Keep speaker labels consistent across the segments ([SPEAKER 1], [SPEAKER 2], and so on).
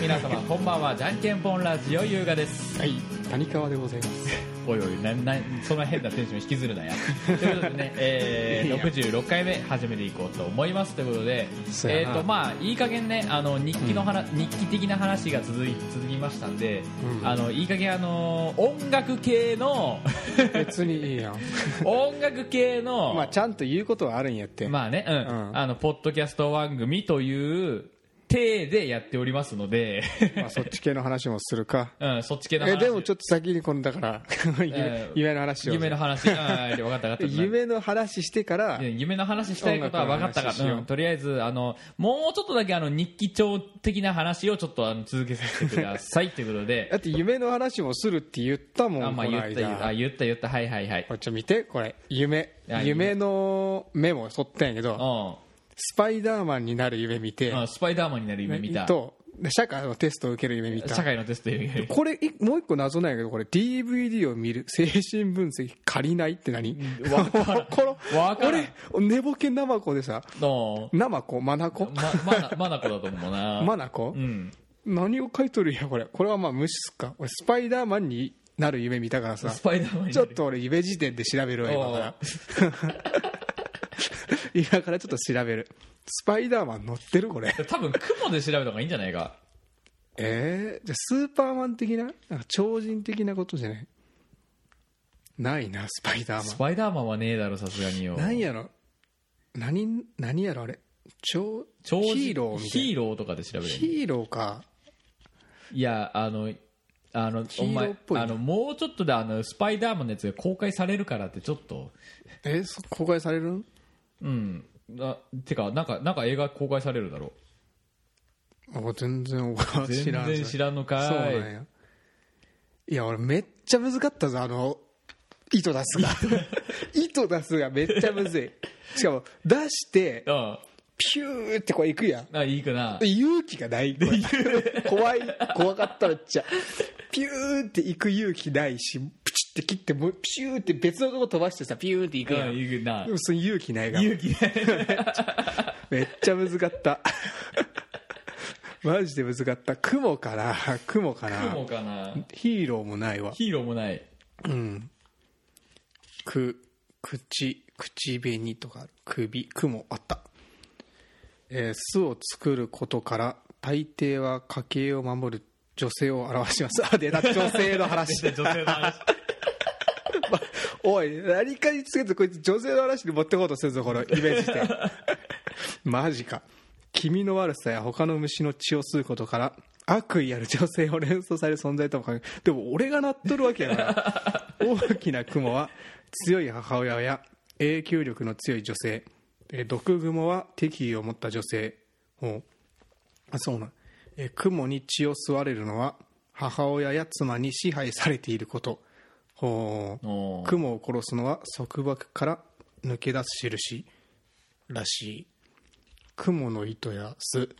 [SPEAKER 1] 皆様こんばんはじゃんけんぽんラジオ優雅です
[SPEAKER 2] はい、谷川でござ います。
[SPEAKER 1] おいおいななその変なテンション引きずる なやということでね、えー66回目始めていこうと思いますということで
[SPEAKER 2] そうや
[SPEAKER 1] え
[SPEAKER 2] な
[SPEAKER 1] ーとまあ、いい加減ねあの日記の話、日記的な話が続い続きましたんで、
[SPEAKER 2] うん
[SPEAKER 1] あのいい加減あの音楽系 の
[SPEAKER 2] 別にいいやん。
[SPEAKER 1] 音楽系の
[SPEAKER 2] まあ、ちゃんと言うことはあるんやって。
[SPEAKER 1] まあね、うん、
[SPEAKER 2] うん
[SPEAKER 1] あの、ポッドキャスト番組という、体でやっておりますので、
[SPEAKER 2] まあ、そっち系の話もするか。
[SPEAKER 1] うん、そっち系の話。
[SPEAKER 2] え、でもちょっと先にこの、だから、夢
[SPEAKER 1] えー
[SPEAKER 2] 夢の話を。
[SPEAKER 1] 夢の話。あー分かった分かった。
[SPEAKER 2] 夢の話してから、
[SPEAKER 1] ね夢の話したいことは分かった
[SPEAKER 2] 音楽の話し
[SPEAKER 1] か
[SPEAKER 2] よ
[SPEAKER 1] ら、
[SPEAKER 2] う
[SPEAKER 1] うんとりあえず、あの、もうちょっとだけあの、日記帳的な話をちょっとあの続けさせてくださいということ
[SPEAKER 2] だっ
[SPEAKER 1] で、
[SPEAKER 2] て夢の話もするって言ったも
[SPEAKER 1] あ、
[SPEAKER 2] ん、
[SPEAKER 1] まあ
[SPEAKER 2] この
[SPEAKER 1] 言った言った、あ
[SPEAKER 2] 間。
[SPEAKER 1] 言った言った、はいはいはい
[SPEAKER 2] こ。れちょ、見て、これ。夢
[SPEAKER 1] あ。いいね
[SPEAKER 2] 夢のメモを取ったんやけど、
[SPEAKER 1] う
[SPEAKER 2] スパイダーマンになる夢見て
[SPEAKER 1] ん、うん、スパイダーマンになる夢見た。
[SPEAKER 2] と、で社会のテストを受ける夢見た
[SPEAKER 1] 社。会のテストより
[SPEAKER 2] これ、いもう一個謎なんやけど、これ DVD を見る、精神分析借りないって何
[SPEAKER 1] わからん
[SPEAKER 2] この
[SPEAKER 1] わからん
[SPEAKER 2] 俺、寝ぼけなまこでさ、
[SPEAKER 1] の、
[SPEAKER 2] なまこまなこ
[SPEAKER 1] ま、まな、まなこだと思うな。
[SPEAKER 2] まなこ
[SPEAKER 1] うん。
[SPEAKER 2] 何を書いとるんや、これ。これはまあ無視すっか。俺、スパイダーマンになる夢見たからさ
[SPEAKER 1] ス、パイダーマンになる夢
[SPEAKER 2] ちょっと俺、夢時点で調べるわ、今から。 今からちょっと調べる。スパイダーマン乗ってるこれ。
[SPEAKER 1] 多分雲で調べた方がいいんじゃないか
[SPEAKER 2] えー、じゃあスーパーマン的ななんか超人的なことじゃないないな、スパイダーマン
[SPEAKER 1] ス。パイダーマンはねえだろさすがによ
[SPEAKER 2] 何やろ何何やろあれ超
[SPEAKER 1] 超人
[SPEAKER 2] ヒーローみたい
[SPEAKER 1] ヒ
[SPEAKER 2] な
[SPEAKER 1] ーローとかで調べる
[SPEAKER 2] ヒーローか
[SPEAKER 1] いやあのあの
[SPEAKER 2] ヒ
[SPEAKER 1] お
[SPEAKER 2] ーロー
[SPEAKER 1] 前
[SPEAKER 2] っぽいな
[SPEAKER 1] あのもうちょっとであのスパイダーマンのやつが公開されるからってちょっと
[SPEAKER 2] えそ公開されるん
[SPEAKER 1] うんなてかなんかなんか映画公開されるだろ
[SPEAKER 2] お全然お前は知
[SPEAKER 1] 全
[SPEAKER 2] らん
[SPEAKER 1] 然知らんのかい
[SPEAKER 2] そうなんやいや俺めっちゃ難かったぞあの糸 出すが糸出すがめっちゃむずいしかも出して
[SPEAKER 1] うん
[SPEAKER 2] ピューってこういくやん
[SPEAKER 1] あいいかな
[SPEAKER 2] で勇気がないこれ怖い怖かっためっちゃピューって行く勇気ないしプチって切ってもうピューって別のとこ飛ばしてさピューって行くや
[SPEAKER 1] うんんいいかな
[SPEAKER 2] でもその勇気ないが
[SPEAKER 1] 勇気
[SPEAKER 2] めっちゃ難かったマジで難かった雲かな雲かな
[SPEAKER 1] 雲かな
[SPEAKER 2] ヒーローもないわ
[SPEAKER 1] ヒーローもない
[SPEAKER 2] うんく口口紅とかある首雲あった、えー巣を作ることから大抵は家計を守る女性を表しますあ出た女性の話
[SPEAKER 1] 女性の 話
[SPEAKER 2] おい何かにつけてこいつ女性の話に持ってこうとするぞ このイメージでマジか気味の悪さや他の虫の血を吸うことから悪意ある女性を連想される存在とも考えでも俺がなっとるわけやから 大きな雲は強い母親や永久力の強い女性えー毒蜘は敵意を持った女性ほうあそうなんえー雲に血を吸われるのは母親や妻に支配されていることほう
[SPEAKER 1] おー
[SPEAKER 2] 雲を殺すのは束縛から抜け出す印らしい雲の糸や巣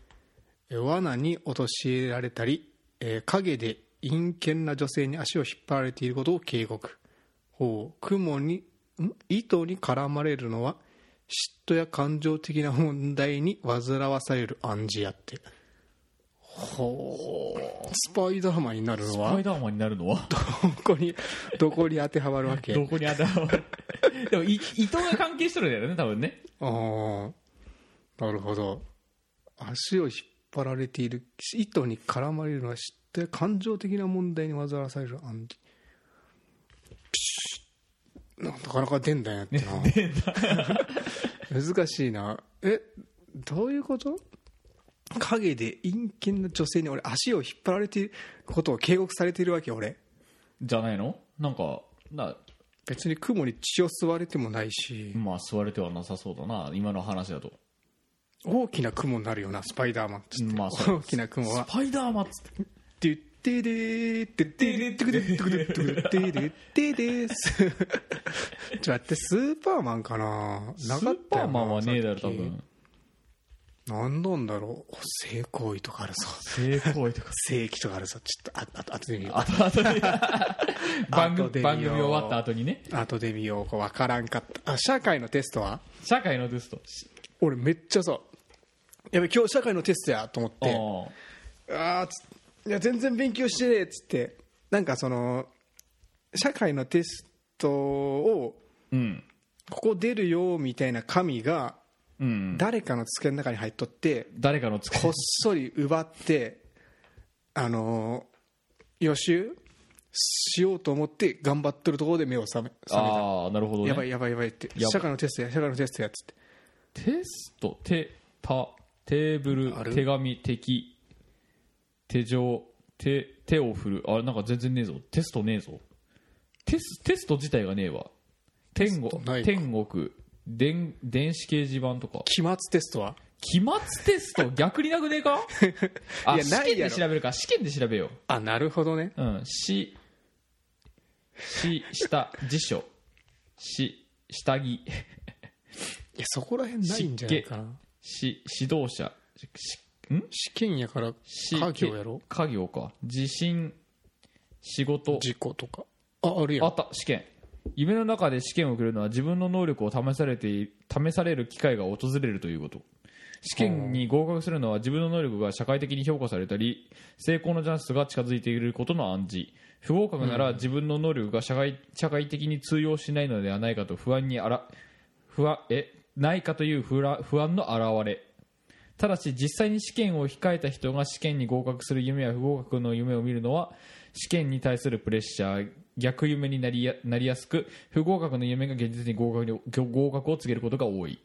[SPEAKER 2] え罠に陥れられたり、えー陰で陰険な女性に足を引っ張られていることを警告ほう雲にん糸に絡まれるのは嫉妬や感情的な問題に煩わされる暗示やってほうスパイダーマンになるの
[SPEAKER 1] スパ
[SPEAKER 2] は
[SPEAKER 1] イダーマンになるのは
[SPEAKER 2] ど こにどこに当てはまるわけ
[SPEAKER 1] どこに当てはまる でもい伊藤が関係しとるんだよね多分ね
[SPEAKER 2] ああなるほど足を引っ張られている糸に絡まれるのは知って感情的な問題に煩わされる暗示ピシッなかなか出んだんやって な難しいなえどういうこと陰で陰険な女性に俺足を引っ張られていることを警告されているわけ俺
[SPEAKER 1] じゃないのなんかな
[SPEAKER 2] 別に雲に血を吸われてもないし
[SPEAKER 1] まあ吸われてはなさそうだな今の話だと
[SPEAKER 2] 大きな雲になるよなスパイダーマンっつって、
[SPEAKER 1] まあそう
[SPEAKER 2] 大きな雲は
[SPEAKER 1] スパイダーマンっつって
[SPEAKER 2] てってでーってってでってくでってくでってくでってでってでーす。ちょっと待って、スーパーマンかなな
[SPEAKER 1] ス
[SPEAKER 2] か
[SPEAKER 1] ー
[SPEAKER 2] っ
[SPEAKER 1] パ
[SPEAKER 2] たよな
[SPEAKER 1] ーマンはねえだろ
[SPEAKER 2] さ
[SPEAKER 1] 多
[SPEAKER 2] っき
[SPEAKER 1] 分
[SPEAKER 2] なんなんだろう。性行為とかあるぞ。
[SPEAKER 1] 性行為とか
[SPEAKER 2] 性器とかあるぞ。ちょっと、あ、あと、後で見よ
[SPEAKER 1] あ とあとで番組
[SPEAKER 2] 後で見
[SPEAKER 1] 番組
[SPEAKER 2] よう
[SPEAKER 1] 終わった後にね
[SPEAKER 2] う。後で見ようかわからんかった。あ、社会のテストは
[SPEAKER 1] 社会のテスト
[SPEAKER 2] 俺めっちゃさ、やべ、今日社会のテストやと思って、
[SPEAKER 1] あ
[SPEAKER 2] あーついや全然勉強してねえっつってなんかその社会のテストを
[SPEAKER 1] うん
[SPEAKER 2] ここ出るよみたいな紙が
[SPEAKER 1] うん
[SPEAKER 2] 誰かの机の中に入っとって
[SPEAKER 1] 誰かの使い
[SPEAKER 2] こっそり奪ってあのー予習しようと思って頑張っとるところで目を覚め覚めた
[SPEAKER 1] ああなるほどね
[SPEAKER 2] やばいやばいやばいって
[SPEAKER 1] やばい
[SPEAKER 2] 社会のテストや社会のテストやっつって
[SPEAKER 1] テスト手たテーブル
[SPEAKER 2] ある
[SPEAKER 1] 手紙敵手錠手手を振るあなんか全然ねえぞテストねえぞテステスト自体がねえわ天
[SPEAKER 2] テス
[SPEAKER 1] 国
[SPEAKER 2] トないわ
[SPEAKER 1] 天国電電子掲示板とか
[SPEAKER 2] 期末テストは
[SPEAKER 1] 期末テスト逆になくねえかあ
[SPEAKER 2] いや
[SPEAKER 1] 試
[SPEAKER 2] ない
[SPEAKER 1] 験
[SPEAKER 2] やろ
[SPEAKER 1] で調べるか試験で調べよ
[SPEAKER 2] あなるほどね
[SPEAKER 1] ううんしし下辞書し下着
[SPEAKER 2] いやそこら辺ないんじゃないかな
[SPEAKER 1] し指導者しん
[SPEAKER 2] 試験やから
[SPEAKER 1] し
[SPEAKER 2] 家業やろ
[SPEAKER 1] け家業か地震仕事
[SPEAKER 2] 事故とかああるや
[SPEAKER 1] あ
[SPEAKER 2] ん
[SPEAKER 1] った試験夢の中で試験を受けるのは自分の能力を試されてい試される機会が訪れるということ試験に合格するのは自分の能力が社会的に評価されたり成功のチャンスが近づいていることの暗示不合格なら自分の能力が社会社会的に通用しないのではないかと不安にあら不安えないかという不ら不安の表れただし実際に試験を控えた人が試験に合格する夢や不合格の夢を見るのは試験に対するプレッシャー逆夢になりやなりやすく不合格の夢が現実に合格に合格を告げることが多い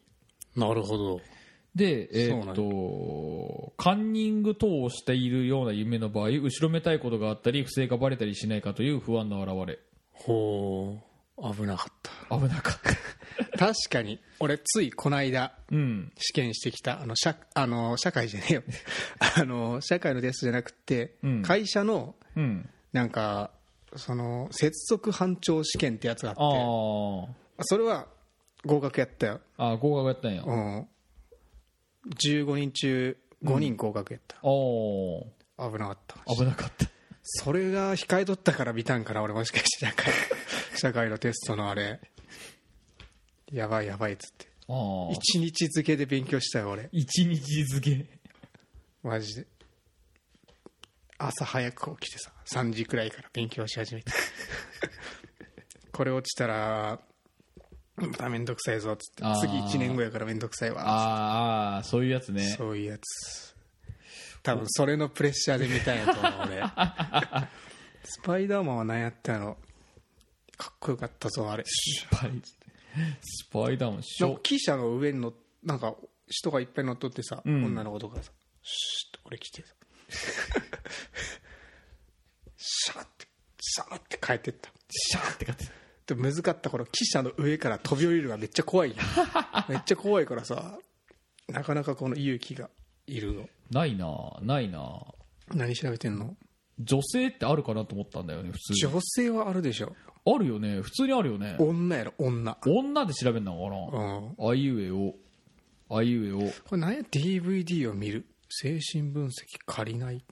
[SPEAKER 2] なるほど
[SPEAKER 1] で、え
[SPEAKER 2] そう
[SPEAKER 1] ーっとカンニング等をしているような夢の場合後ろめたいことがあったり不正がバレたりしないかという不安の表れ
[SPEAKER 2] ほう危なかった
[SPEAKER 1] 危なかった
[SPEAKER 2] 確かに俺ついこの間
[SPEAKER 1] うん
[SPEAKER 2] 試験してきたあの社あの社会じゃねえよ あの社会のテストじゃなくて、
[SPEAKER 1] うん
[SPEAKER 2] 会社の
[SPEAKER 1] うん
[SPEAKER 2] なんかその接続班長試験ってやつ
[SPEAKER 1] あ
[SPEAKER 2] があって
[SPEAKER 1] ー
[SPEAKER 2] それは合格やったよ、
[SPEAKER 1] あー合格やったんや
[SPEAKER 2] うん、15人中5人合格やった、
[SPEAKER 1] あー
[SPEAKER 2] 危なかった
[SPEAKER 1] 危なかった
[SPEAKER 2] それが控えとったから見たんかな俺もしかし て社会社会のテストのあれやばいやばいっつって
[SPEAKER 1] あー
[SPEAKER 2] 一日漬けで勉強したよ俺
[SPEAKER 1] 一日付け
[SPEAKER 2] マジで朝早く起きてさ3時くらいから勉強し始めて これ落ちたらまた面倒くさいぞっつって
[SPEAKER 1] あー
[SPEAKER 2] 次1年後やから面倒くさいわ
[SPEAKER 1] あーあーそういうやつね
[SPEAKER 2] そういうやつ多分それのプレッシャーで見たんやと思う 俺スパイダーマンは何やったのかっこよかったぞあ れ
[SPEAKER 1] スパイスパイダーマンし
[SPEAKER 2] なん
[SPEAKER 1] ょ
[SPEAKER 2] か汽車の上にのなんか人がいっぱい乗っとってさ、
[SPEAKER 1] ん
[SPEAKER 2] 女の子とかさシューッと俺来てさシャーってシャーって帰ってった
[SPEAKER 1] シャーってかって
[SPEAKER 2] でも難かった頃汽車の上から飛び降りるのがめっちゃ怖いよめっちゃ怖いからさなかなかこの勇気がいるの
[SPEAKER 1] ないなないな
[SPEAKER 2] 何調べてんの
[SPEAKER 1] 女性ってあるかなと思ったんだよね普通に
[SPEAKER 2] 女性はあるでしょ
[SPEAKER 1] あるよね普通にあるよね
[SPEAKER 2] 女やろ女
[SPEAKER 1] 女で調べるのか
[SPEAKER 2] う
[SPEAKER 1] な、
[SPEAKER 2] ん
[SPEAKER 1] あいうえおあいうえお
[SPEAKER 2] これ何や DVD を見る精神分析借りない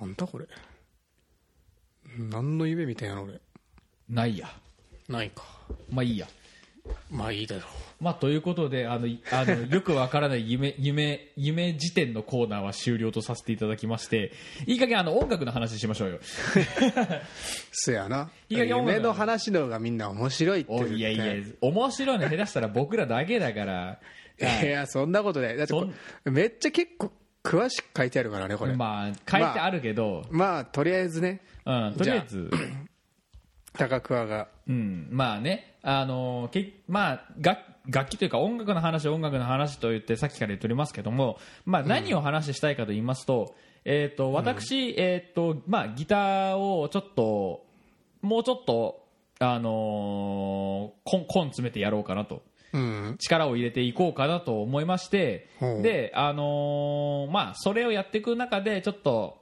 [SPEAKER 2] なんだこれ何の夢みたいなの俺
[SPEAKER 1] ないや
[SPEAKER 2] ないか
[SPEAKER 1] まあいいや
[SPEAKER 2] まあいいだろ
[SPEAKER 1] まあということであのい あのよくわからない夢夢夢時点のコーナーは終了とさせていただきましていい加減あの音楽の話しましょうよ
[SPEAKER 2] うそやない
[SPEAKER 1] やいや
[SPEAKER 2] 夢の話の方がみんな面白いって
[SPEAKER 1] お
[SPEAKER 2] 言って
[SPEAKER 1] いやい や面白いの下手したら僕らだけだ から
[SPEAKER 2] いやそんなことないだってこめっちゃ結構詳しく書いてあるからねこれま
[SPEAKER 1] まあ書いてあるけど、
[SPEAKER 2] あとりあえずね
[SPEAKER 1] うん、とりあえず
[SPEAKER 2] 高桑が
[SPEAKER 1] うん、まあね、あのけまあ、楽楽器というか音楽の話音楽の話と言ってさっきから言っておりますけども、まあ、何を話したいかと言いますと,、えー、と私、えーとまあ、ギターをちょっともうちょっと、あのー、コンコン詰めてやろうかなと
[SPEAKER 2] うん
[SPEAKER 1] 力を入れていこうかなと思いまして
[SPEAKER 2] ほう
[SPEAKER 1] で、あのーまあ、それをやっていく中でちょっと、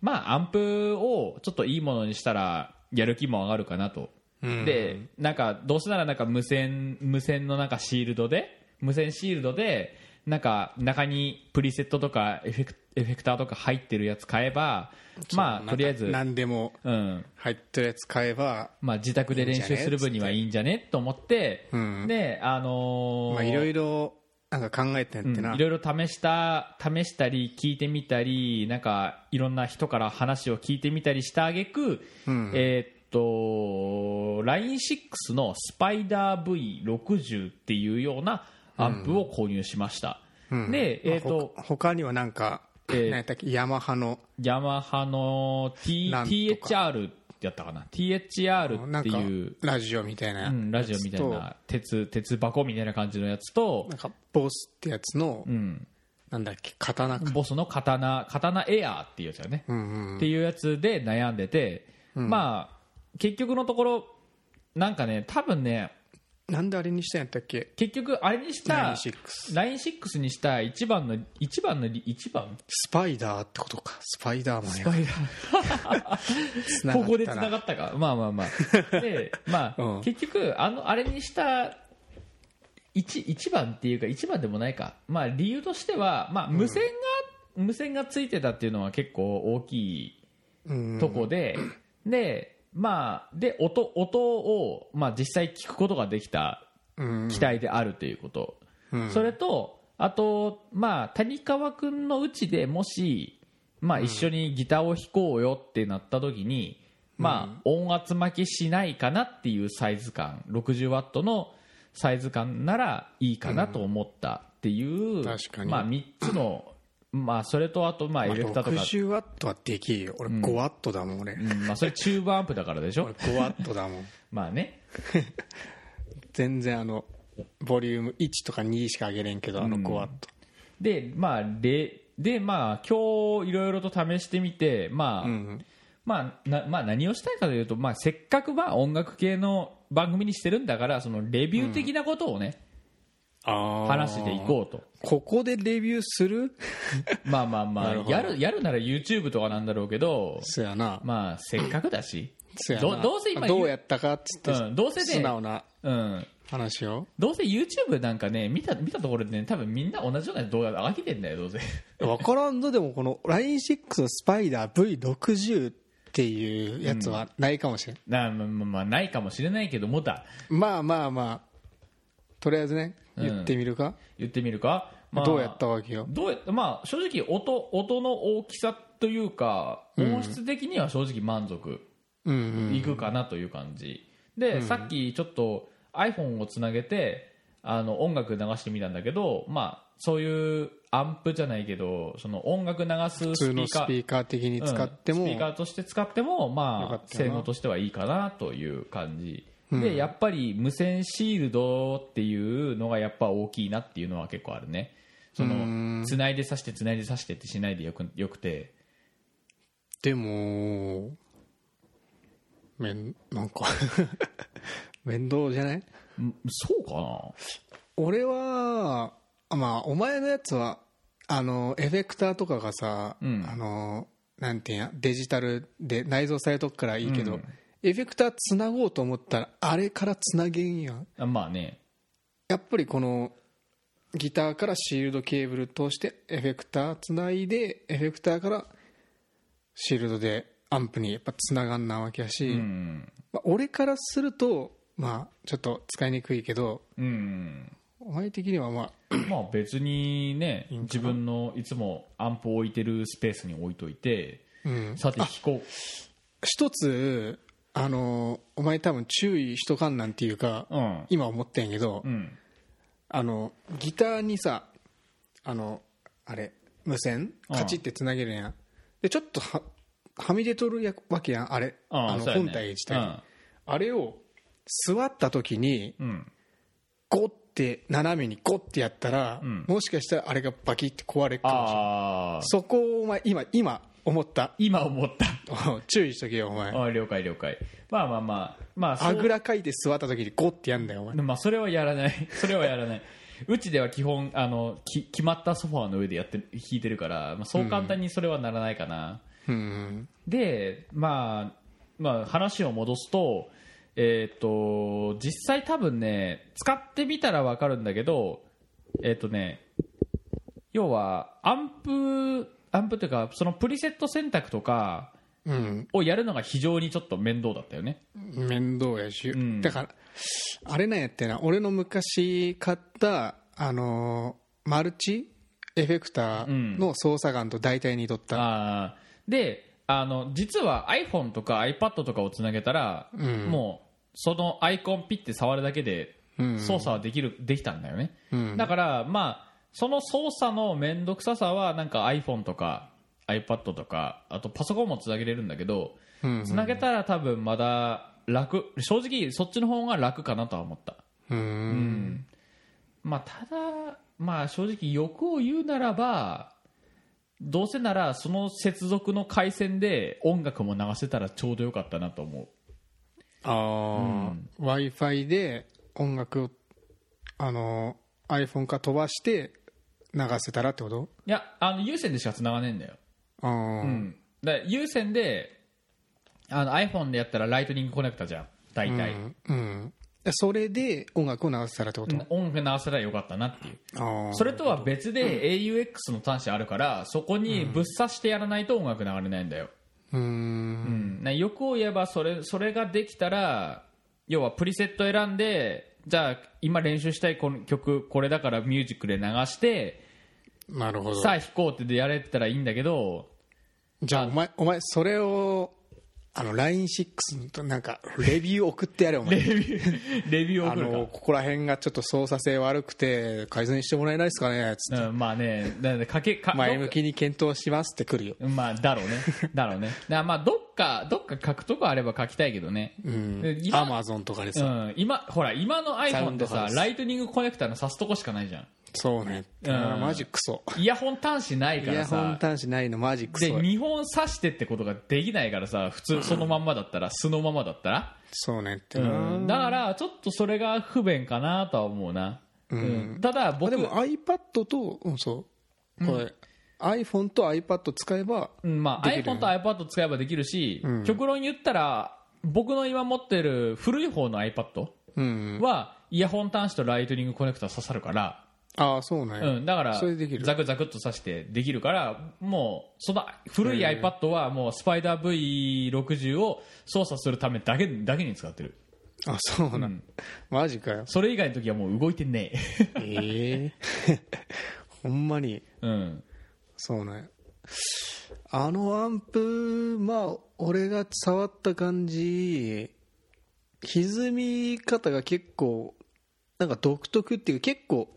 [SPEAKER 1] まあ、アンプをちょっといいものにしたらやる気も上がるかなと。
[SPEAKER 2] うん
[SPEAKER 1] でなんかどうせならなんか無線無線のなんかシールドで無線シールドでなんか中にプリセットとかエフェクエフェクターとか入ってるやつ買えばまあとりあえず、
[SPEAKER 2] 何でも
[SPEAKER 1] うん
[SPEAKER 2] 入ってるやつ買えば
[SPEAKER 1] まあ、自宅で練習する分にはいいんじゃねと思って
[SPEAKER 2] うん
[SPEAKER 1] であのー
[SPEAKER 2] まあいろいろなんか考えてんってな、
[SPEAKER 1] いろいろ試した試したり聞いてみたりなんかいろんな人から話を聞いてみたりした挙句、
[SPEAKER 2] うん
[SPEAKER 1] えーっと LINE6 のスパイダー V60 っていうようなアンプを購入しました、
[SPEAKER 2] うん
[SPEAKER 1] で、えーっと
[SPEAKER 2] ほ他にはなんか、
[SPEAKER 1] えー
[SPEAKER 2] 何やったっけヤマハの
[SPEAKER 1] ヤマハの T
[SPEAKER 2] なんとか
[SPEAKER 1] THR やったかな THR
[SPEAKER 2] な
[SPEAKER 1] っ
[SPEAKER 2] ん
[SPEAKER 1] て
[SPEAKER 2] か
[SPEAKER 1] いう
[SPEAKER 2] ラジオみたいな、
[SPEAKER 1] うん、ラジオみたいな鉄鉄箱みたいな感じのやつと
[SPEAKER 2] なん、かボスってやつの、
[SPEAKER 1] うん、
[SPEAKER 2] なんだっけ刀か、
[SPEAKER 1] ボスの刀刀エアーっていうやつだよね、
[SPEAKER 2] うんうん
[SPEAKER 1] っていうやつで悩んでて、まあ結局のところなんかね多分ね
[SPEAKER 2] なんであれにしたんやったっけ
[SPEAKER 1] 結局あれにした
[SPEAKER 2] 96
[SPEAKER 1] LINE6 にした一番の一番の理一番
[SPEAKER 2] スパイダーってことかスパイダーマンや繋
[SPEAKER 1] こ
[SPEAKER 2] がった
[SPEAKER 1] こでつながったかまあまあま あでまあ、
[SPEAKER 2] うん
[SPEAKER 1] 結局あのあれにした一一番っていうか一番でもないかまあ理由としては、まあ、無線が、無線がついてたっていうのは結構大きい
[SPEAKER 2] うん
[SPEAKER 1] とこで、でまあで音音を、まあ、実際聞くことができた
[SPEAKER 2] うん
[SPEAKER 1] 機体であるということ、
[SPEAKER 2] うん
[SPEAKER 1] それとあと、まあ、谷川君のうちでもし、まあ、一緒にギターを弾こうよってなった時に、まあ、音圧負けしないかなっていうサイズ感60ワットのサイズ感ならいいかなと思ったっていう、
[SPEAKER 2] 確かに
[SPEAKER 1] まあ、3つの、まあ、それとあとまあエ
[SPEAKER 2] まあ
[SPEAKER 1] レクタとか、
[SPEAKER 2] 60ワットはできるよ俺5ワットだもん俺、
[SPEAKER 1] うんまあ、それチューブアンプだからでしょ
[SPEAKER 2] 俺5ワットだもん
[SPEAKER 1] まあね
[SPEAKER 2] 全然あのボリューム1とか2しか上げれんけどあの5ワット、
[SPEAKER 1] でまあれでまあ今日いろいろと試してみてまあ、
[SPEAKER 2] うん
[SPEAKER 1] まあなまあ、何をしたいかというと、まあ、せっかくまあ音楽系の番組にしてるんだからそのレビュー的なことをね、話していこうと
[SPEAKER 2] うここでレビューする
[SPEAKER 1] まあまあま
[SPEAKER 2] な
[SPEAKER 1] あ
[SPEAKER 2] るほど
[SPEAKER 1] やるやるなら YouTube とかなんだろうけど、
[SPEAKER 2] そやな、
[SPEAKER 1] まあ、せっかくだ し
[SPEAKER 2] そやな
[SPEAKER 1] どどうせ今
[SPEAKER 2] どうやったかっつって、
[SPEAKER 1] うんどうせね
[SPEAKER 2] 素直な
[SPEAKER 1] うん、
[SPEAKER 2] 話を
[SPEAKER 1] どうせ YouTube なんかね見た見たところでね多分みんな同じような動画が飽きてんだよどうせ
[SPEAKER 2] 分からんぞでもこの LINE6 のスパイダー V60 っていうやつはないかもしれん、
[SPEAKER 1] なまあまあまあないかもしれないけどもだ
[SPEAKER 2] まあまあまあとりあえずね
[SPEAKER 1] うん
[SPEAKER 2] 言ってみるか、
[SPEAKER 1] 言ってみるか、まあ、
[SPEAKER 2] どうやったわけよ
[SPEAKER 1] どうやまあ正直音音の大きさというか音質的には正直満足
[SPEAKER 2] うんうん
[SPEAKER 1] いくかなという感じ、でさっきちょっと iPhone をつなげてあの音楽流してみたんだけどまあそういうアンプじゃないけどその音楽流す
[SPEAKER 2] 普通
[SPEAKER 1] スピ
[SPEAKER 2] の
[SPEAKER 1] ー
[SPEAKER 2] ス
[SPEAKER 1] カー
[SPEAKER 2] ピーカー的に使っても、
[SPEAKER 1] うんスピーカーとして使っても、
[SPEAKER 2] よか
[SPEAKER 1] まあ
[SPEAKER 2] っ、たよ
[SPEAKER 1] 性
[SPEAKER 2] な
[SPEAKER 1] 能としてはいいかなという感じ、でやっぱり無線シールドっていうのがやっぱ大きいなっていうのは結構あるねそのつないで刺してつないで刺してってしないでよくよくて
[SPEAKER 2] でもめんなんか 面倒じゃない
[SPEAKER 1] んそうか
[SPEAKER 2] 俺はまあお前のやつはあのエフェクターとかがさ、
[SPEAKER 1] うん
[SPEAKER 2] あのなんていうんやデジタルで内蔵されとくからいいけど、エフェクターつなごうと思ったらあれからつなげんやん
[SPEAKER 1] なあまあね
[SPEAKER 2] やっぱりこのギターからシールドケーブル通してエフェクターつないでエフェクターからシールドでアンプにやっぱつながんなわけやし、
[SPEAKER 1] うん
[SPEAKER 2] まあ、俺からするとまあちょっと使いにくいけど
[SPEAKER 1] うん
[SPEAKER 2] お前的にはまあ
[SPEAKER 1] まあ別にね自分のいつもアンプを置いてるスペースに置いといて、
[SPEAKER 2] うん
[SPEAKER 1] さて弾こ
[SPEAKER 2] 一つあのお前多分注意しとかんなんていうか、
[SPEAKER 1] ううん
[SPEAKER 2] 今思ってんやけど、
[SPEAKER 1] うん
[SPEAKER 2] あのギターにさあのあれ無線
[SPEAKER 1] うん
[SPEAKER 2] カチってつなげるやん、でちょっとははみ出とるやわけやんあれ、
[SPEAKER 1] あ
[SPEAKER 2] あの
[SPEAKER 1] そうやね
[SPEAKER 2] 本体自体、あれを座った時に
[SPEAKER 1] うん、うん
[SPEAKER 2] ゴッて斜めにゴッてやったら、
[SPEAKER 1] うん
[SPEAKER 2] もしかしたらあれがバキって壊れるかもしれない
[SPEAKER 1] ああ
[SPEAKER 2] そこをお前今今思った
[SPEAKER 1] 今思った
[SPEAKER 2] 注意しとけよお前
[SPEAKER 1] あ了解了解まあまあまあまあそ
[SPEAKER 2] あ
[SPEAKER 1] う
[SPEAKER 2] ぐらかいて座った時にゴッてやんだよお前
[SPEAKER 1] まあそれはやらない それはやらないうちでは基本あのき決まったソファーの上でやってる弾いてるから、まあ、そう簡単にそれはならないかな、
[SPEAKER 2] うん
[SPEAKER 1] で、まあ、まあ話を戻すと,、えー、と実際多分ね使ってみたら分かるんだけどえっ、とね要はアンプアンプというかそのプリセット選択とか
[SPEAKER 2] うん、
[SPEAKER 1] をやるのが非常にちょっと面倒だったよね
[SPEAKER 2] 面倒やし、
[SPEAKER 1] ん
[SPEAKER 2] だからあれなんやってな俺の昔買ったあのーマルチエフェクターの操作眼と代替にとったら、
[SPEAKER 1] あーであの実は iPhone とか iPad とかをつなげたら、
[SPEAKER 2] ん
[SPEAKER 1] もうそのアイコンピッて触るだけで
[SPEAKER 2] うん
[SPEAKER 1] 操作はできる、できたんだよね、
[SPEAKER 2] うん
[SPEAKER 1] だからまあその操作の面倒くささはなんか iPhone とか iPad とかあとパソコンもつなげれるんだけど
[SPEAKER 2] うん
[SPEAKER 1] つなげたら多分まだ楽正直そっちの方が楽かなとは思った
[SPEAKER 2] うん
[SPEAKER 1] まあ、ただ、まあ、正直欲を言うならばどうせならその接続の回線で音楽も流せたらちょうどよかったなと思う
[SPEAKER 2] ああ w i f i で音楽を、あのー iPhone から飛ばして流せたらってこと
[SPEAKER 1] いやあの有線でしか繋がねえんだよ、
[SPEAKER 2] あー、
[SPEAKER 1] うん、だから有線であの iPhone でやったらライトニングコネクタじゃん大体、
[SPEAKER 2] うんうんそれで音楽を流せたらってこと、
[SPEAKER 1] 音楽流せたらよかったなっていう
[SPEAKER 2] ああ
[SPEAKER 1] それとは別で AUX の端子あるからそこにぶっ刺してやらないと音楽流れないんだよ、
[SPEAKER 2] うーん
[SPEAKER 1] うんな欲を言えばそれそれができたら要はプリセット選んでじゃあ今練習したいこの曲これだからミュージックで流して
[SPEAKER 2] なるほど
[SPEAKER 1] さあ弾こうってでやれてたらいいんだけど
[SPEAKER 2] じゃあお前お前それをあの LINE6 となんか レビュー送ってやれお前
[SPEAKER 1] レビューを
[SPEAKER 2] あ
[SPEAKER 1] 送るか
[SPEAKER 2] のここら辺がちょっと操作性悪くて改善してもらえないですかねつって
[SPEAKER 1] うん、まあねなのでかけか
[SPEAKER 2] 前向きに検討しますって来るよ
[SPEAKER 1] どっかまあだろ うねだろうねだからまあどっかどっか書くとこあれば書きたいけどね
[SPEAKER 2] うん
[SPEAKER 1] 今
[SPEAKER 2] アマゾンとかで
[SPEAKER 1] う
[SPEAKER 2] さ
[SPEAKER 1] ん今ほら今の
[SPEAKER 2] サ
[SPEAKER 1] iPhone
[SPEAKER 2] ウ
[SPEAKER 1] っ
[SPEAKER 2] ン
[SPEAKER 1] て
[SPEAKER 2] ドハ
[SPEAKER 1] さ
[SPEAKER 2] ウス
[SPEAKER 1] ライトニングコネクタの挿すとこしかないじゃん
[SPEAKER 2] そうね
[SPEAKER 1] うん
[SPEAKER 2] マジクソ
[SPEAKER 1] イヤホン端子ない
[SPEAKER 2] イ
[SPEAKER 1] から
[SPEAKER 2] ヤ
[SPEAKER 1] さ
[SPEAKER 2] ホン端子ないのマジク
[SPEAKER 1] で
[SPEAKER 2] ソ
[SPEAKER 1] 2本刺してってことができないからさ普通そのまんまだったら素のままだったら、
[SPEAKER 2] そうねって
[SPEAKER 1] うん
[SPEAKER 2] な
[SPEAKER 1] だからちょっとそれが不便かなとは思うな、うんただ
[SPEAKER 2] あ
[SPEAKER 1] 僕
[SPEAKER 2] でも iPad とうんそうこれ iPhone と iPad 使えば
[SPEAKER 1] うんまあ、
[SPEAKER 2] できる
[SPEAKER 1] iPhone と iPad 使えばできるし、
[SPEAKER 2] うん
[SPEAKER 1] 極論言ったら僕の今持ってる古い方の iPad
[SPEAKER 2] うん
[SPEAKER 1] はイヤホン端子とライトニングコネクタ刺さるから、
[SPEAKER 2] ああそうね
[SPEAKER 1] うん、だから
[SPEAKER 2] それできる
[SPEAKER 1] ザクザクっと刺してできるからもうその古い iPad はもうスパイダー V60 を操作するためだけだけに使ってる
[SPEAKER 2] あそうなんんマジかよ
[SPEAKER 1] それ以外の時はもう動いてねえ、
[SPEAKER 2] ええ ほんまに
[SPEAKER 1] うん、
[SPEAKER 2] そうねあのアンプまあ俺が触った感じ歪み方が結構なんか独特っていうか結構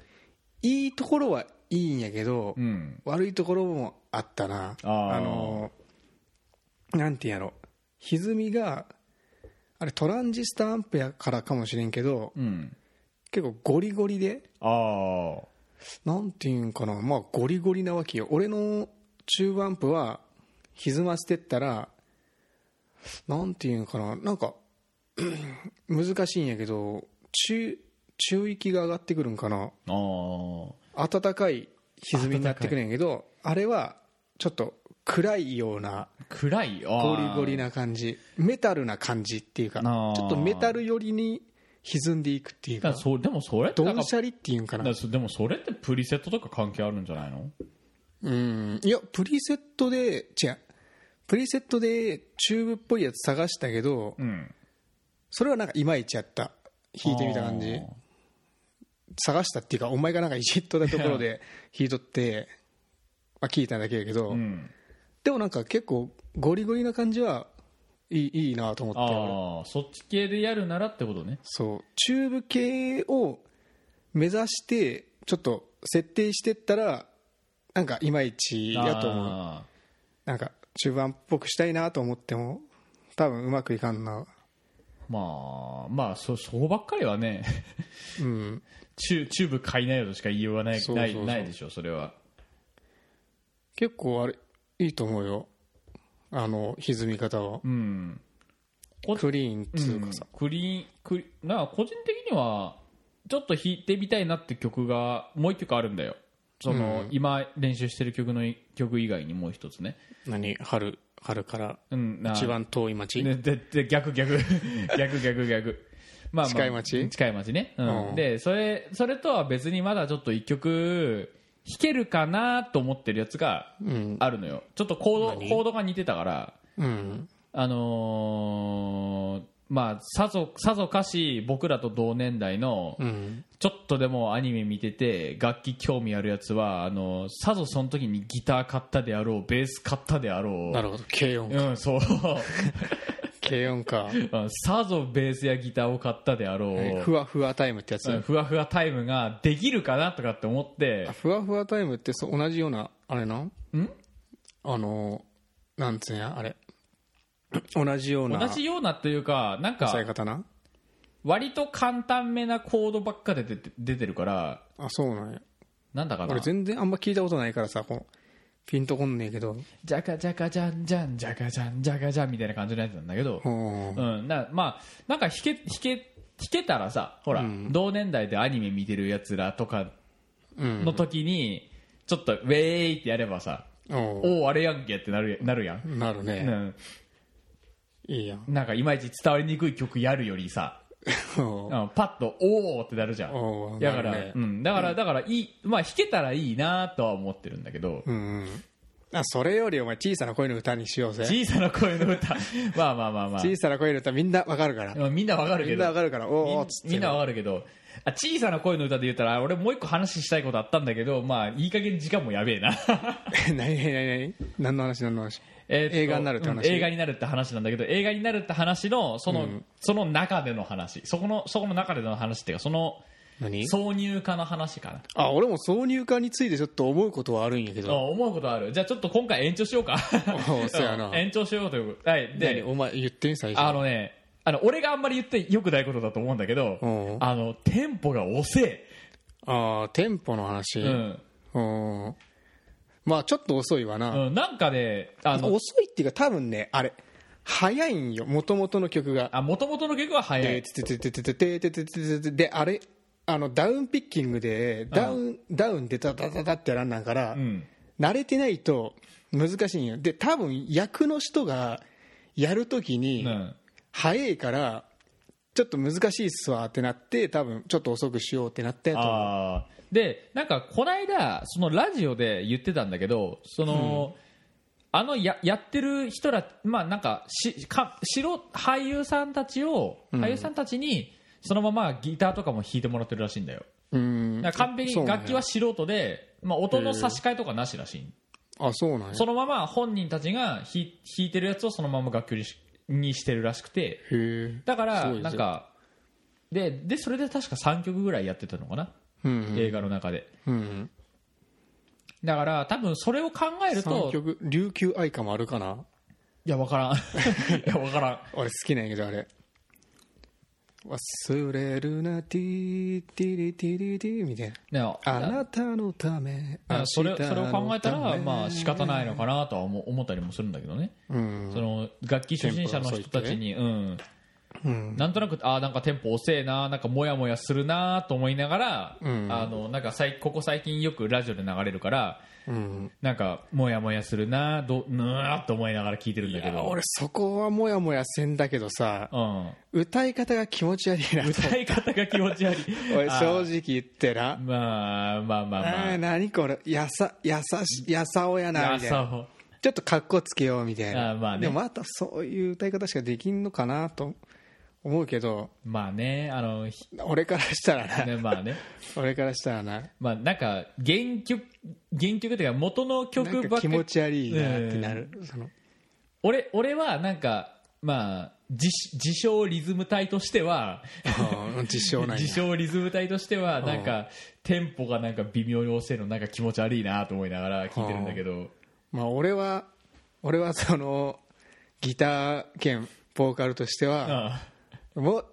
[SPEAKER 2] いいところはいいんやけど、
[SPEAKER 1] うん、
[SPEAKER 2] 悪いところもあったな
[SPEAKER 1] あー
[SPEAKER 2] のなんていうんやろ歪みがあれトランジスタアンプやからかもしれんけど
[SPEAKER 1] うん、
[SPEAKER 2] 結構ゴリゴリで
[SPEAKER 1] ああ、
[SPEAKER 2] なんていうんかなまあゴリゴリなわけよ俺の中アンプは歪ませてったらなんていうんかななんか うん難しいんやけど中中域が上がってくるんかな
[SPEAKER 1] ああ、
[SPEAKER 2] 暖かい歪みになってくるんやけどあれはちょっと暗いような
[SPEAKER 1] 暗い、あー
[SPEAKER 2] ゴリゴリ、な感じメタルな感じっていうか
[SPEAKER 1] あ
[SPEAKER 2] ち
[SPEAKER 1] ー
[SPEAKER 2] ょっとメタル寄りに歪んでいくっていう
[SPEAKER 1] だか
[SPEAKER 2] か
[SPEAKER 1] そ
[SPEAKER 2] ら
[SPEAKER 1] でもそれって
[SPEAKER 2] ド
[SPEAKER 1] なんか
[SPEAKER 2] ンシャリっていうんか
[SPEAKER 1] だか
[SPEAKER 2] な
[SPEAKER 1] らそでもそれってプリセットとか関係あるんじゃないの？
[SPEAKER 2] うんいやプリセットで違うプリセットでチューブっぽいやつ探したけど
[SPEAKER 1] うん、
[SPEAKER 2] それはなんかいまいちやった弾いてみた感
[SPEAKER 1] あ
[SPEAKER 2] じ
[SPEAKER 1] ー
[SPEAKER 2] 探したっていうかお前がなんかいじっとったとこ ろで弾いとって、まあ、聞いただけやけど、
[SPEAKER 1] うん、
[SPEAKER 2] でもなんか結構ゴリゴリな感じはいいいいなと思って俺
[SPEAKER 1] ああ、そっち系でやるならってことね。
[SPEAKER 2] そうチューブ系を目指してちょっと設定してったらなんかいまいちやと思う
[SPEAKER 1] あ
[SPEAKER 2] なんか中盤っぽくしたいなと思っても多分うまくいかんな
[SPEAKER 1] ーまあまあそそこばっかりはね、
[SPEAKER 2] うん
[SPEAKER 1] チュチューブ買いなよとしか言いようがない
[SPEAKER 2] そうそうそう
[SPEAKER 1] ないないでしょそれは。
[SPEAKER 2] 結構あれいいと思うよあの歪み方は
[SPEAKER 1] うん、
[SPEAKER 2] クリーンっつうかさ、
[SPEAKER 1] クリーンクリなんか個人的にはちょっと弾いてみたいなって曲がもう一曲あるんだよその、
[SPEAKER 2] うん
[SPEAKER 1] 今練習してる曲の曲以外にもう一つね、
[SPEAKER 2] 何春春から
[SPEAKER 1] うん、な
[SPEAKER 2] 一番遠い町、
[SPEAKER 1] ででで逆 逆逆逆逆まあまあ
[SPEAKER 2] 近い町
[SPEAKER 1] 近い町ね、うん
[SPEAKER 2] うん
[SPEAKER 1] でそれそれとは別にまだちょっと一曲弾けるかなと思ってるやつが
[SPEAKER 2] うん
[SPEAKER 1] あるのよちょっとコード
[SPEAKER 2] 何
[SPEAKER 1] コードが似てたから
[SPEAKER 2] うん
[SPEAKER 1] あのーまあ、さぞさぞかし僕らと同年代の
[SPEAKER 2] うん
[SPEAKER 1] ちょっとでもアニメ見てて楽器興味あるやつはあのさぞその時にギター買ったであろうベース買ったであろう
[SPEAKER 2] なるほど軽音
[SPEAKER 1] うんそう
[SPEAKER 2] 軽音か
[SPEAKER 1] うんさぞベースやギターを買ったであろう、
[SPEAKER 2] ふわふわタイムってやつ、
[SPEAKER 1] うんふわふわタイムができるかなとかって思って
[SPEAKER 2] ふわふわタイムってそう同じようなあれなんあのなんつうんやあれ同じような
[SPEAKER 1] 同じようなというかなんか
[SPEAKER 2] 使い方な
[SPEAKER 1] 割と簡単めなコードばっかで出て出てるから
[SPEAKER 2] あそうなんや
[SPEAKER 1] なんだかな
[SPEAKER 2] 俺全然あんま聞いたことないからさこのピンとこんねえけど
[SPEAKER 1] ジャカジャカジャンジャンジャカジャンジャカジャンみたいな感じのやつなんだけど
[SPEAKER 2] う、ん
[SPEAKER 1] うん、なまあなんか弾け弾け弾けたらさほら、
[SPEAKER 2] うん
[SPEAKER 1] 同年代でアニメ見てるやつらとか
[SPEAKER 2] うん
[SPEAKER 1] の時に、ちょっとウェーイってやればさ、
[SPEAKER 2] おう
[SPEAKER 1] おおあれやんけってなるなるやん、
[SPEAKER 2] なる
[SPEAKER 1] う
[SPEAKER 2] ね、
[SPEAKER 1] ん、
[SPEAKER 2] いいやん
[SPEAKER 1] なんかいまいち伝わりにくい曲やるよりさ、う、
[SPEAKER 2] おうん
[SPEAKER 1] パッとおおってなるじゃん
[SPEAKER 2] おう
[SPEAKER 1] だから、
[SPEAKER 2] なるね
[SPEAKER 1] うん、だからだからいい、まあ、弾けたらいいなとは思ってるんだけど、
[SPEAKER 2] うんうんあそれよりお前小さな声の歌にしようぜ
[SPEAKER 1] 小さな声の歌 まあまあまあまあ
[SPEAKER 2] 小さな声の歌みんなわかるから
[SPEAKER 1] まあみんなわかる
[SPEAKER 2] み
[SPEAKER 1] け
[SPEAKER 2] ん
[SPEAKER 1] ど
[SPEAKER 2] なわかるから
[SPEAKER 1] み
[SPEAKER 2] おうお
[SPEAKER 1] ん
[SPEAKER 2] うつって
[SPEAKER 1] みんなわかるけどあ小さな声の歌で言ったら俺もう一個話したいことあったんだけどまあいい加減時間もやべえな
[SPEAKER 2] 何何何何の話何の話
[SPEAKER 1] えーっと
[SPEAKER 2] 映画になるって話
[SPEAKER 1] うん映画になるって話なんだけど映画になるって話のその,、
[SPEAKER 2] うん
[SPEAKER 1] その中での話そこのそこの中での話っていうかその
[SPEAKER 2] 何
[SPEAKER 1] 挿入歌の話かな
[SPEAKER 2] あ俺も挿入歌についてちょっと思うことはあるんやけ
[SPEAKER 1] あ
[SPEAKER 2] ど
[SPEAKER 1] 思うことあるじゃあちょっと今回延長しようか
[SPEAKER 2] おうそうやな
[SPEAKER 1] 延長しようということはい
[SPEAKER 2] 何
[SPEAKER 1] で
[SPEAKER 2] お前言ってみ最初
[SPEAKER 1] あのねあの俺があんまり言ってよくないことだと思うんだけど
[SPEAKER 2] うん
[SPEAKER 1] あのテンポが遅え、
[SPEAKER 2] ああテンポの話
[SPEAKER 1] うん
[SPEAKER 2] うんまあちょっと遅いわな、
[SPEAKER 1] うん、なんかねあの
[SPEAKER 2] 遅いっていうか多分ねあれ早いんよもともとの曲が
[SPEAKER 1] あ元々の曲は
[SPEAKER 2] 「
[SPEAKER 1] 早
[SPEAKER 2] で
[SPEAKER 1] い
[SPEAKER 2] ててててててててててであれあのダウンピッキングでダウン、ダウンでダダダダってやらんなんから、
[SPEAKER 1] うん
[SPEAKER 2] 慣れてないと難しいんよで多分役の人がやるときに、
[SPEAKER 1] うん
[SPEAKER 2] 早いからちょっと難しいっすわってなって多分ちょっと遅くしようってなったやと思う
[SPEAKER 1] あーでなんかこの間そのラジオで言ってたんだけどその、あのややってる人らまあなんかしか素俳優さんたちを
[SPEAKER 2] ん
[SPEAKER 1] 俳優さんたちにそのままギターとかも弾いてもらってるらしいんだよ、
[SPEAKER 2] うん
[SPEAKER 1] だから完璧
[SPEAKER 2] そう
[SPEAKER 1] に
[SPEAKER 2] なんや
[SPEAKER 1] 楽器は素人で、まあ、音の差し替えとかなしらしい、
[SPEAKER 2] あそうなんや
[SPEAKER 1] そのまま本人たちが弾い弾いてるやつをそのまま楽曲にしにしてるらしくて、
[SPEAKER 2] へえ
[SPEAKER 1] だか
[SPEAKER 2] す
[SPEAKER 1] ら
[SPEAKER 2] ごいぜ
[SPEAKER 1] なんかででそれで確か3曲ぐらいやってたのかな、
[SPEAKER 2] うん
[SPEAKER 1] 映画の中で
[SPEAKER 2] うん
[SPEAKER 1] だから多分それを考える
[SPEAKER 2] 3
[SPEAKER 1] と
[SPEAKER 2] 曲「琉球愛歌」もあるかない
[SPEAKER 1] や分からん いや分からん
[SPEAKER 2] 俺好きなんやけどあれ忘れるなティーティリティリティみたいな
[SPEAKER 1] ね
[SPEAKER 2] あなたのため
[SPEAKER 1] あそれ
[SPEAKER 2] 明日の
[SPEAKER 1] それを考えたら
[SPEAKER 2] め
[SPEAKER 1] まあ仕方ないのかなとは思思ったりもするんだけどね、
[SPEAKER 2] うん
[SPEAKER 1] その楽器初心者の人たちに、うん、
[SPEAKER 2] うん
[SPEAKER 1] なんとなくあなんかテンポ遅えななんかモヤモヤするなと思いながら、
[SPEAKER 2] うん
[SPEAKER 1] あのなんかさいここ最近よくラジオで流れるから
[SPEAKER 2] うん
[SPEAKER 1] なんかモヤモヤするなどうーっと思いながら聞いてるんだ
[SPEAKER 2] い
[SPEAKER 1] け
[SPEAKER 2] や
[SPEAKER 1] ど
[SPEAKER 2] 俺そこはもやもやせんだけどさ
[SPEAKER 1] うん
[SPEAKER 2] 歌い方が気持ち悪いなと
[SPEAKER 1] 歌い方が気持ち悪い
[SPEAKER 2] おい
[SPEAKER 1] あ
[SPEAKER 2] 正直言ってな
[SPEAKER 1] まあまあま
[SPEAKER 2] あ
[SPEAKER 1] あま
[SPEAKER 2] ー何これやさやさしやさおや
[SPEAKER 1] あ
[SPEAKER 2] なみたいな
[SPEAKER 1] 朝
[SPEAKER 2] ちょっと格好つけようみたいな
[SPEAKER 1] あーまあね
[SPEAKER 2] でもまたそういう歌い方しかできんのかなと思うけど
[SPEAKER 1] まあねあのひ
[SPEAKER 2] 俺からしたらな
[SPEAKER 1] ねまあね
[SPEAKER 2] 俺からしたらな
[SPEAKER 1] まあなんか原曲原曲っていうか元の曲
[SPEAKER 2] な
[SPEAKER 1] ば
[SPEAKER 2] んか
[SPEAKER 1] っか
[SPEAKER 2] 気持ち悪いなってなるその
[SPEAKER 1] 俺俺はなんかまあ自自称リズム隊としては
[SPEAKER 2] うん自称なんや
[SPEAKER 1] 自称リズム隊としてはなんかテンポがなんか微妙に遅いのなんか気持ち悪いなと思いながら聞いてるんだけど
[SPEAKER 2] まあ俺は俺はそのギター兼ボーカルとして
[SPEAKER 1] う
[SPEAKER 2] は
[SPEAKER 1] ん
[SPEAKER 2] もう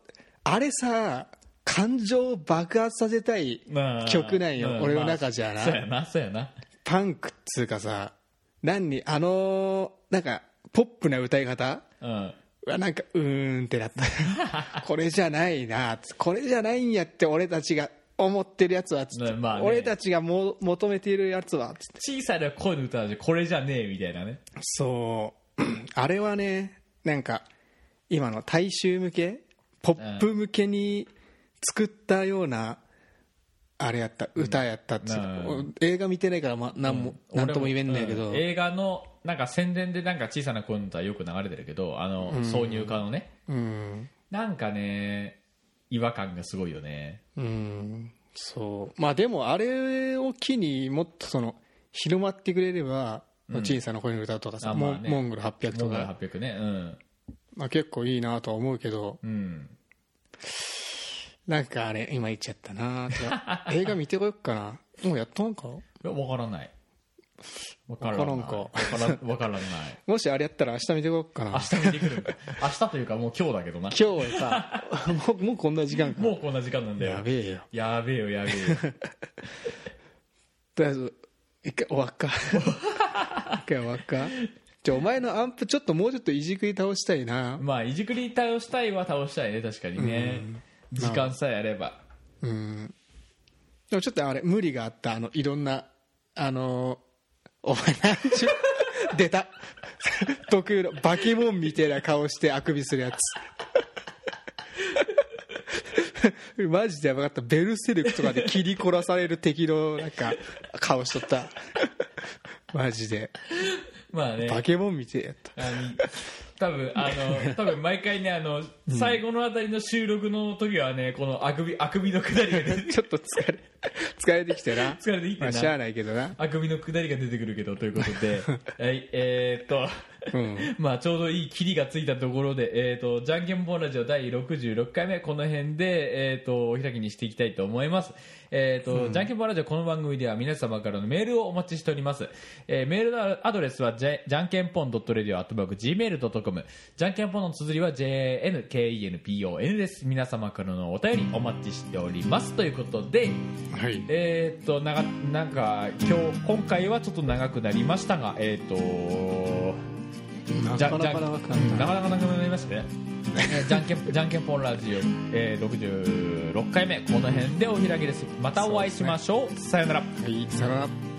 [SPEAKER 2] あれさ感情を爆発させたい
[SPEAKER 1] まあ
[SPEAKER 2] 曲なんよ
[SPEAKER 1] うん
[SPEAKER 2] 俺の中じゃ
[SPEAKER 1] ま
[SPEAKER 2] な
[SPEAKER 1] あそうやなそうやな
[SPEAKER 2] パンクっつうかさ何にあのなんかポップな歌い方
[SPEAKER 1] うん
[SPEAKER 2] はなんかうーんってなった これじゃないなこれじゃないんやって俺たちが思ってるやつはつって、
[SPEAKER 1] まあね
[SPEAKER 2] 俺たちがも求めているやつはつって
[SPEAKER 1] 小さな声の歌だしこれじゃねえみたいなね
[SPEAKER 2] そう あれはねなんか今の大衆向けポップ向けに作ったようなあれやった歌やったっつうか
[SPEAKER 1] う
[SPEAKER 2] 映画見てないからまなんも、なんとも言えんねんけ
[SPEAKER 1] 俺も
[SPEAKER 2] ど、
[SPEAKER 1] うん映画のなんか宣伝でなんか小さな声の歌よく流れてるけどあの、挿入歌のね
[SPEAKER 2] うん
[SPEAKER 1] なんかね違和感がすごいよね
[SPEAKER 2] うんそうまあでもあれを機にもっとその広まってくれれば「小さな恋の歌」とかさ、
[SPEAKER 1] あ
[SPEAKER 2] モン
[SPEAKER 1] まあね
[SPEAKER 2] モンゴル800
[SPEAKER 1] モ
[SPEAKER 2] と
[SPEAKER 1] ンゴル
[SPEAKER 2] か、
[SPEAKER 1] 800ねうん
[SPEAKER 2] まあ、結構いいなとは思うけど
[SPEAKER 1] うん
[SPEAKER 2] なんかあれ今言っちゃったな ーって映画見てこよっかなもうやったんか
[SPEAKER 1] いやわからないわから
[SPEAKER 2] んか
[SPEAKER 1] わからんわから ない
[SPEAKER 2] もしあれやったら明日見てこよっかな
[SPEAKER 1] 明日見てくるんだ明日というかもう今日だけどな
[SPEAKER 2] 今日さ もうもうこんな時間か
[SPEAKER 1] もうこんな時間なんだよ
[SPEAKER 2] やべえよ
[SPEAKER 1] やべえよやべえよ
[SPEAKER 2] とりあえず一回終わ っか一回終わっかじゃあお前のアンプちょっともうちょっといじくり倒したいな
[SPEAKER 1] まあいじくり倒したいは倒したいね確かにね時間さえあれば
[SPEAKER 2] うんでもちょっとあれ無理があったあのいろんなあのお前何ち ゅう出た特有のバケモンみたいな顔してあくびするやつマジでやばかったベルセルクとかで切り殺される敵のなんか顔しとったマジで
[SPEAKER 1] まあね
[SPEAKER 2] バケモンみたいやった
[SPEAKER 1] あの多分あの多分毎回ねあの最後のあたりの収録の時はねこのあくびあくびのくだりが出て
[SPEAKER 2] ちょっと疲れ疲れてきてな
[SPEAKER 1] 疲れてきてな
[SPEAKER 2] まあ、しゃあないけどな
[SPEAKER 1] あくびのくだりが出てくるけどということ ではいえーっと
[SPEAKER 2] うん
[SPEAKER 1] まあちょうどいいキリがついたところで、えー、とじゃんけんぽんラジオ第66回目この辺で、えー、とお開きにしていきたいと思います、えーとじゃんけんぽんラジオこの番組では皆様からのメールをお待ちしております、えーメールのアドレスはじゃじゃんけんぽん .radio.gmail.com じゃんけんぽんの綴りは JNKENPON です皆様からのお便りお待ちしておりますということで
[SPEAKER 2] はい
[SPEAKER 1] えーっとながなんか今日今回はちょっと長くなりましたがえーっと
[SPEAKER 2] な
[SPEAKER 1] じゃ
[SPEAKER 2] かなか長くなっ
[SPEAKER 1] じゃな
[SPEAKER 2] た
[SPEAKER 1] かなか長くなりましたねえーじゃんけんじゃんけんぽんラジオ、えー、66回目この辺でお開きですまたお会いしましょうさよなら
[SPEAKER 2] はいさよなら